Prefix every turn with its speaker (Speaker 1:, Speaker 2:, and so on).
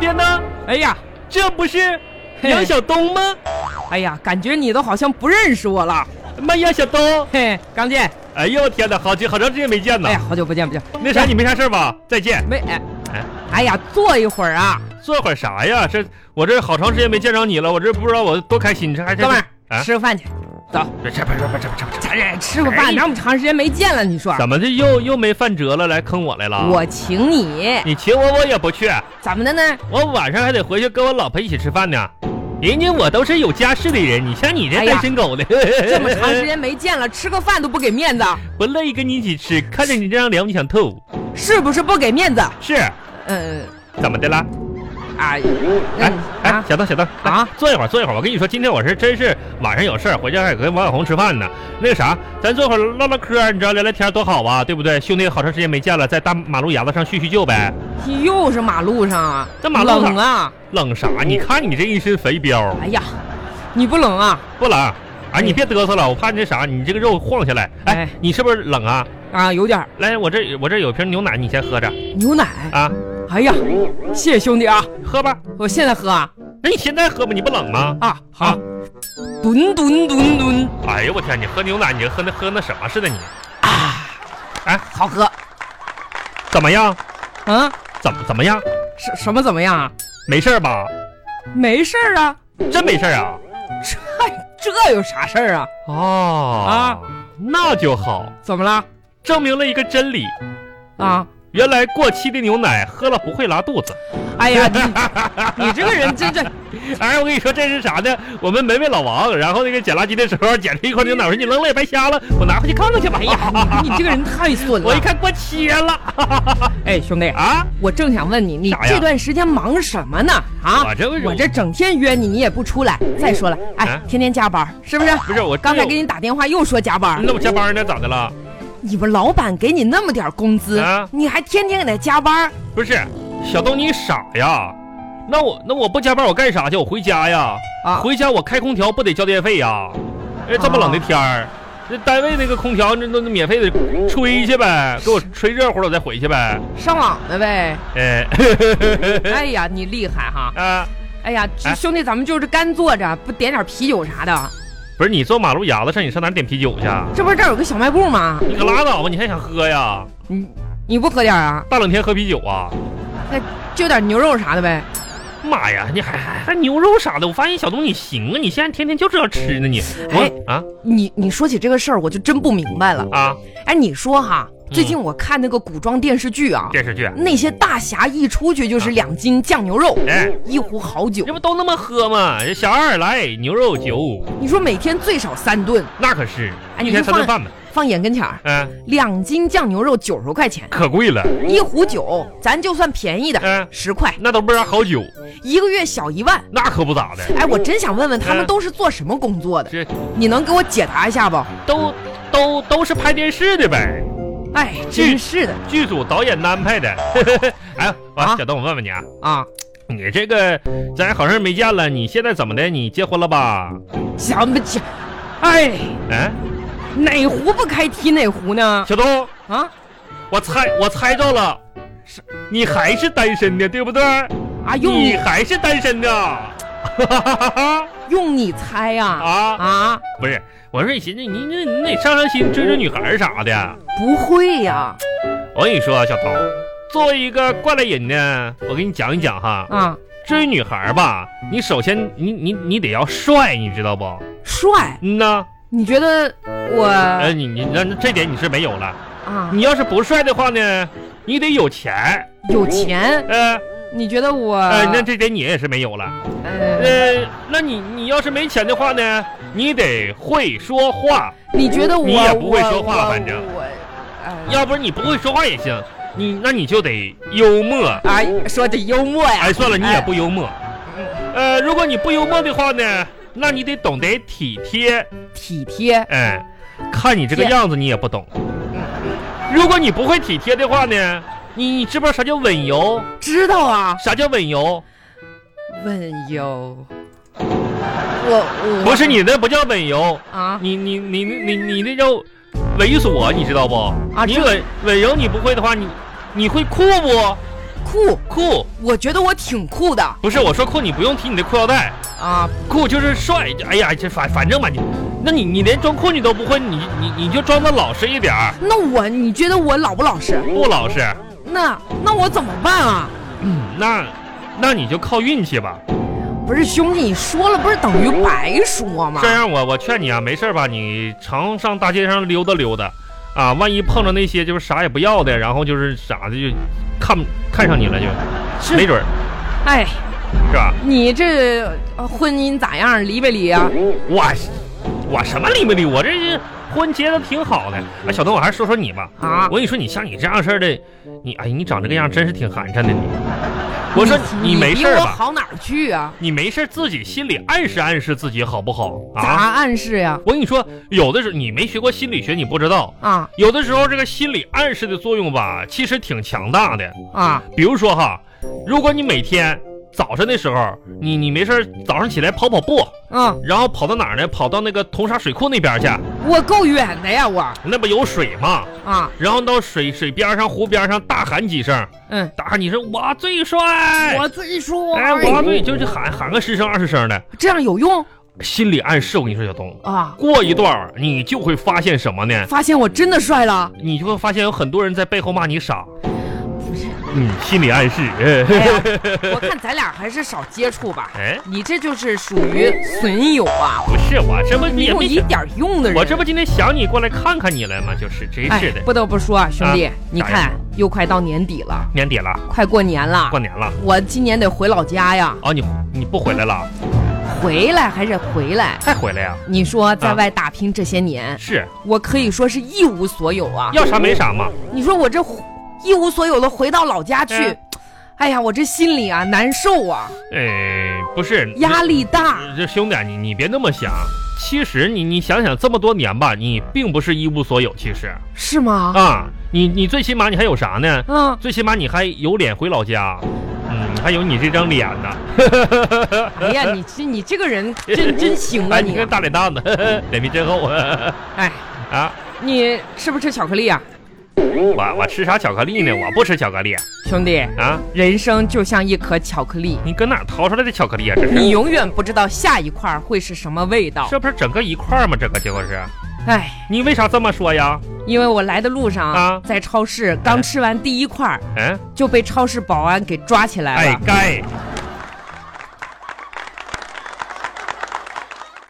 Speaker 1: 哎呢？
Speaker 2: 哎呀，
Speaker 1: 这不是杨晓东吗？哎
Speaker 2: 哎呀，感觉你都好像不认识我了。
Speaker 1: 妈，杨晓东！
Speaker 2: 啊嘿，刚见，
Speaker 1: 哎呦我天哪，好久好长时间没见呢
Speaker 2: 哎。呀，好久不见，不见，
Speaker 1: 那啥，你没啥事儿吧？再见。
Speaker 2: 没哎
Speaker 1: 哎，
Speaker 2: 哎呀，坐一会儿啊，
Speaker 1: 做会儿啥呀？这我这好长时间没见着你了，我这不知道我多开心。这还
Speaker 2: 哥们儿、
Speaker 1: 啊
Speaker 2: 吃个饭去，走，
Speaker 1: 这这不这不这不这不，
Speaker 2: 咱这吃个
Speaker 1: 哎
Speaker 2: 饭，那么长时间没见了，你说
Speaker 1: 怎么这又又没饭辙了，来坑我来了？
Speaker 2: 我请你
Speaker 1: 你请我我也不去，
Speaker 2: 怎么的呢？
Speaker 1: 我晚上还得回去跟我老婆一起吃饭呢。人家我都是有家室的人，你像你这
Speaker 2: 哎呀
Speaker 1: 单身狗的，
Speaker 2: 这么长时间没见
Speaker 1: 哎
Speaker 2: 了，吃个饭都不给面子，
Speaker 1: 不乐意跟你一起吃，看着你这张脸我就想吐。
Speaker 2: 是不是不给面子？
Speaker 1: 是
Speaker 2: 嗯
Speaker 1: 怎么的啦？
Speaker 2: 啊，
Speaker 1: 哎
Speaker 2: 嗯
Speaker 1: 哎
Speaker 2: 啊，
Speaker 1: 小邓小邓来
Speaker 2: 啊
Speaker 1: 坐一会儿坐一会儿。我跟你说，今天我是真是晚上有事儿，回家还跟王小红吃饭呢。那个啥，咱坐会儿唠唠嗑儿，你知道聊聊天儿多好啊，对不对？兄弟，好长时间没见了，在大马路牙子上叙叙旧呗。
Speaker 2: 又是马路上啊，
Speaker 1: 这马路上
Speaker 2: 冷啊，
Speaker 1: 冷啥？你看你这一身肥膘，
Speaker 2: 哎呀，你不冷啊？
Speaker 1: 不冷。哎，你别嘚瑟了，我怕你这啥，你这个肉晃下来。哎
Speaker 2: 哎，
Speaker 1: 你是不是冷啊？
Speaker 2: 啊，有点儿
Speaker 1: 来，我这我这有瓶牛奶，你先喝着
Speaker 2: 牛奶，
Speaker 1: 啊，
Speaker 2: 哎呀，谢谢兄弟啊，
Speaker 1: 喝吧。
Speaker 2: 我现在喝啊
Speaker 1: 那你现在喝吧，你不冷吗？
Speaker 2: 啊，
Speaker 1: 啊
Speaker 2: 好，吨吨吨吨
Speaker 1: 哎呦我天，你喝牛奶，你喝那喝那什么似的你？
Speaker 2: 啊，
Speaker 1: 哎
Speaker 2: 好喝，
Speaker 1: 怎么样？
Speaker 2: 嗯，
Speaker 1: 怎么怎么样？
Speaker 2: 什什么怎么样啊？
Speaker 1: 没事儿吧？
Speaker 2: 没事儿啊，
Speaker 1: 真没事儿啊？
Speaker 2: 这这有啥事儿啊？
Speaker 1: 哦啊，那就好，
Speaker 2: 怎么了
Speaker 1: 证明了一个真理：
Speaker 2: 啊？
Speaker 1: 原来过期的牛奶喝了不会拉肚子。
Speaker 2: 哎呀，你 你这个人真这
Speaker 1: 哎，我跟你说，这是啥呢？我们没问老王，然后那个捡垃圾的时候捡了一块牛奶，我说你扔了也白瞎了，我拿回去看看去吧。哎呀，
Speaker 2: 你这个人太损
Speaker 1: 我一
Speaker 2: 了。
Speaker 1: 看过期了
Speaker 2: 哎，兄弟，
Speaker 1: 啊！
Speaker 2: 我正想问你，你
Speaker 1: 啥呀
Speaker 2: 这段时间忙什么呢？啊，
Speaker 1: 我这
Speaker 2: 我这整天约你，你也不出来。再说了，哎
Speaker 1: 啊，
Speaker 2: 天天加班是不是？
Speaker 1: 不是我
Speaker 2: 刚才
Speaker 1: 这
Speaker 2: 给你打电话又说加班，
Speaker 1: 那我加班呢，咋的了？
Speaker 2: 你们老板给你那么点工资，
Speaker 1: 啊
Speaker 2: 你还天天给他加班？
Speaker 1: 不是，小东你傻呀？那我那我不加班我干啥去？我回家呀？
Speaker 2: 啊
Speaker 1: 回家我开空调不得交电费呀？哎，这么冷的天儿，那、单位那个空调那那那免费的吹去呗，给我吹热乎了我再回去呗。
Speaker 2: 上网的呗。
Speaker 1: 哎，
Speaker 2: 哎呀，你厉害哈！
Speaker 1: 啊，
Speaker 2: 哎呀，这
Speaker 1: 哎
Speaker 2: 兄弟，咱们就是干坐着，不点点啤酒啥的。
Speaker 1: 不是你坐马路牙子上，你上哪儿点啤酒去？啊
Speaker 2: 这不是这儿有个小卖部吗？
Speaker 1: 你可拉倒吧，你还想喝呀？
Speaker 2: 你你不喝点啊？
Speaker 1: 大冷天喝啤酒啊？
Speaker 2: 就点牛肉啥的呗。
Speaker 1: 妈呀，你还还还牛肉啥的？我发现小东你行啊，你现在天天就知道吃呢你。
Speaker 2: 哎
Speaker 1: 我啊
Speaker 2: 你你说起这个事儿，我就真不明白了。
Speaker 1: 啊，
Speaker 2: 哎，你说哈，
Speaker 1: 嗯
Speaker 2: 最近我看那个古装电视剧啊，
Speaker 1: 电视剧，
Speaker 2: 那些大侠一出去就是两斤酱牛肉，
Speaker 1: 嗯哎。
Speaker 2: 一壶好酒
Speaker 1: 这。不都那么喝吗？小二来牛肉酒，
Speaker 2: 你说每天最少三顿，
Speaker 1: 那可是
Speaker 2: 哎
Speaker 1: 一
Speaker 2: 你
Speaker 1: 天
Speaker 2: 就
Speaker 1: 三
Speaker 2: 放
Speaker 1: 顿饭吧，
Speaker 2: 放眼跟前儿，
Speaker 1: 嗯、
Speaker 2: 两斤酱牛肉九十块钱，
Speaker 1: 可贵了，
Speaker 2: 一壶酒咱就算便宜的
Speaker 1: 嗯、
Speaker 2: 十块，
Speaker 1: 那都不是啥好酒，
Speaker 2: 一个月小一万。
Speaker 1: 那可不咋的，
Speaker 2: 哎，我真想问问他们
Speaker 1: 嗯
Speaker 2: 都是做什么工作的？
Speaker 1: 这
Speaker 2: 你能给我解答一下不？
Speaker 1: 都都都是拍电视的呗，
Speaker 2: 哎，真是的
Speaker 1: 剧组导演安排的。 哎，完、
Speaker 2: 啊
Speaker 1: 小东，我问问你啊，
Speaker 2: 啊！
Speaker 1: 你这个咱好长时间没见了，你现在怎么的？你结婚了吧？
Speaker 2: 想不起，哎，
Speaker 1: 嗯、
Speaker 2: 哪壶不开提哪壶呢？
Speaker 1: 小东，
Speaker 2: 啊，
Speaker 1: 我猜我猜着了，
Speaker 2: 是
Speaker 1: 你还是单身的，对不对？
Speaker 2: 啊，用
Speaker 1: 你
Speaker 2: 你
Speaker 1: 还是单身的，
Speaker 2: 用你猜 呀、
Speaker 1: 啊
Speaker 2: 啊？啊，
Speaker 1: 不是，我说你寻思你你你得上上心追追女孩儿啥的。
Speaker 2: 不会呀、
Speaker 1: 我跟你说啊，小涛，
Speaker 2: 嗯
Speaker 1: 作为一个过来人呢，我给你讲一讲哈
Speaker 2: 啊，，
Speaker 1: 追女孩儿吧，你首先你你你得要帅，你知道不？
Speaker 2: 帅，
Speaker 1: 嗯呐，
Speaker 2: 你觉得我
Speaker 1: 呃，你你那这点你是没有了。
Speaker 2: 啊
Speaker 1: 你要是不帅的话呢，你得有钱，
Speaker 2: 有钱？啊
Speaker 1: 呃
Speaker 2: 你觉得我
Speaker 1: 呃，那这点你也是没有了。
Speaker 2: 呃，
Speaker 1: 呃，那你你要是没钱的话呢，你得会说话，
Speaker 2: 你觉得我
Speaker 1: 你也不会
Speaker 2: 我
Speaker 1: 说话
Speaker 2: 我
Speaker 1: 反正
Speaker 2: 我呃
Speaker 1: 要不然你不会说话也行，你那你就得幽默。
Speaker 2: 啊，说的幽默呀、
Speaker 1: 哎，算了，你也不幽默。呃，如果你不幽默的话呢，那你得懂得体贴。
Speaker 2: 体贴，
Speaker 1: 哎，看你这个
Speaker 2: 贴
Speaker 1: 样子，你也不懂。如果你不会体贴的话呢，你你知不知道啥叫稳油？
Speaker 2: 知道啊？
Speaker 1: 啥叫稳油？
Speaker 2: 问友，我我
Speaker 1: 不是你那不叫稳油，
Speaker 2: 啊，
Speaker 1: 你你你你你那叫猥琐，你知道不？
Speaker 2: 啊
Speaker 1: 你
Speaker 2: 这
Speaker 1: 稳稳油你不会的话，你你会酷不？
Speaker 2: 酷，
Speaker 1: 酷，
Speaker 2: 我觉得我挺酷的
Speaker 1: 不是我说酷，你不用提你的裤腰带，
Speaker 2: 啊！
Speaker 1: 酷就是帅。哎呀，这反反正吧你，那你你连装酷你都不会，你你你就装的老实一点儿，
Speaker 2: 那我你觉得我老不老实？
Speaker 1: 不老实，
Speaker 2: 那那我怎么办啊？
Speaker 1: 那那你就靠运气吧。
Speaker 2: 不是兄弟，你说了不是等于白说吗
Speaker 1: 这？样我我劝你啊，没事儿吧，你常上大街上溜达溜达，啊，万一碰着那些就是啥也不要的，然后就是傻的就看看上你了就，没
Speaker 2: 是，
Speaker 1: 准儿
Speaker 2: 哎，
Speaker 1: 是吧？
Speaker 2: 你这呃婚姻咋样？离没离啊？
Speaker 1: 我我什么离没离？我这婚结的挺好的。哎，小东，我还是说说你吧。
Speaker 2: 啊
Speaker 1: 我跟你说，你像你这样式儿的，你哎，你长这个样真是挺寒碜的你。我说你没
Speaker 2: 比
Speaker 1: 事儿
Speaker 2: 我
Speaker 1: 吧？
Speaker 2: 好哪儿去啊？
Speaker 1: 你没事儿自己心里暗示暗示自己好不好
Speaker 2: 咋
Speaker 1: 啊？
Speaker 2: 暗示呀？
Speaker 1: 我跟你说，有的时候你没学过心理学，你不知道。
Speaker 2: 啊
Speaker 1: 有的时候，这个心理暗示的作用吧，其实挺强大的。
Speaker 2: 啊
Speaker 1: 比如说哈，如果你每天早晨的时候，你你没事儿早上起来跑跑步，
Speaker 2: 嗯，
Speaker 1: 然后跑到哪儿呢？跑到那个铜沙水库那边去，
Speaker 2: 我够远的呀，我
Speaker 1: 那不有水吗？
Speaker 2: 啊
Speaker 1: 然后到水水边上、湖边上大喊几声，
Speaker 2: 嗯，
Speaker 1: 大喊几声“我最帅”，
Speaker 2: 我最说，
Speaker 1: 哎，我最就是喊喊个十声二十声的，
Speaker 2: 这样有用
Speaker 1: 心理暗示。我跟你说，小东，
Speaker 2: 啊！
Speaker 1: 过一段儿你就会发现什么呢？
Speaker 2: 发现我真的 帅了，
Speaker 1: 你就会发现有很多人在背后骂你傻。
Speaker 2: 不是？
Speaker 1: 嗯，心理暗示。 哎
Speaker 2: 哎呀，我看咱俩还是少接触吧。
Speaker 1: 哎，
Speaker 2: 你这就是属于损友啊！
Speaker 1: 不是我，这不
Speaker 2: 哎你
Speaker 1: 也
Speaker 2: 有
Speaker 1: 没
Speaker 2: 一点用的人，
Speaker 1: 我这不今天想你过来看看你来吗？就是，真
Speaker 2: 哎
Speaker 1: 是的，
Speaker 2: 不得不说啊，兄弟
Speaker 1: 啊，
Speaker 2: 你
Speaker 1: 咋样
Speaker 2: 看又快到年底了，
Speaker 1: 年底了，
Speaker 2: 快过年了
Speaker 1: 过，年了，
Speaker 2: 我今年得回老家呀，
Speaker 1: 哦，你你不回来了，
Speaker 2: 回来还是回来。
Speaker 1: 还回来呀、
Speaker 2: 你说在
Speaker 1: 啊
Speaker 2: 外打拼这些年，
Speaker 1: 是，
Speaker 2: 我可以说是一无所有啊。
Speaker 1: 要啥没啥嘛。
Speaker 2: 你说我这一无所有的回到老家去
Speaker 1: 嗯，
Speaker 2: 哎呀，我这心里啊难受啊，
Speaker 1: 哎，不是
Speaker 2: 压力大。
Speaker 1: 这兄弟，啊你你别那么想。其实你你想想，这么多年吧，你并不是一无所有。其实
Speaker 2: 是吗？
Speaker 1: 啊，你你最起码你还有啥呢？
Speaker 2: 嗯，
Speaker 1: 最起码你还有脸回老家，嗯，还有你这张脸呢。
Speaker 2: 哎呀，你这你这个人真真行啊
Speaker 1: 哎，你
Speaker 2: 你！
Speaker 1: 看大脸蛋子，呵呵脸皮真厚
Speaker 2: 哎，
Speaker 1: 啊！
Speaker 2: 你吃不吃巧克力啊，
Speaker 1: 我我吃啥巧克力呢？我不吃巧克力
Speaker 2: 兄弟？
Speaker 1: 啊！
Speaker 2: 人生就像一颗巧克力，
Speaker 1: 你搁哪儿掏出来的巧克力啊？这
Speaker 2: 你
Speaker 1: 是，
Speaker 2: 永远不知道下一块会是什么味道。
Speaker 1: 这不是整个一块儿吗？这个结果是，
Speaker 2: 哎，
Speaker 1: 你为啥这么说呀？
Speaker 2: 因为我来的路上
Speaker 1: 啊
Speaker 2: 在超市刚吃完第一块儿
Speaker 1: 嗯，
Speaker 2: 就被超市保安给抓起来
Speaker 1: 哎
Speaker 2: 了。
Speaker 1: 该，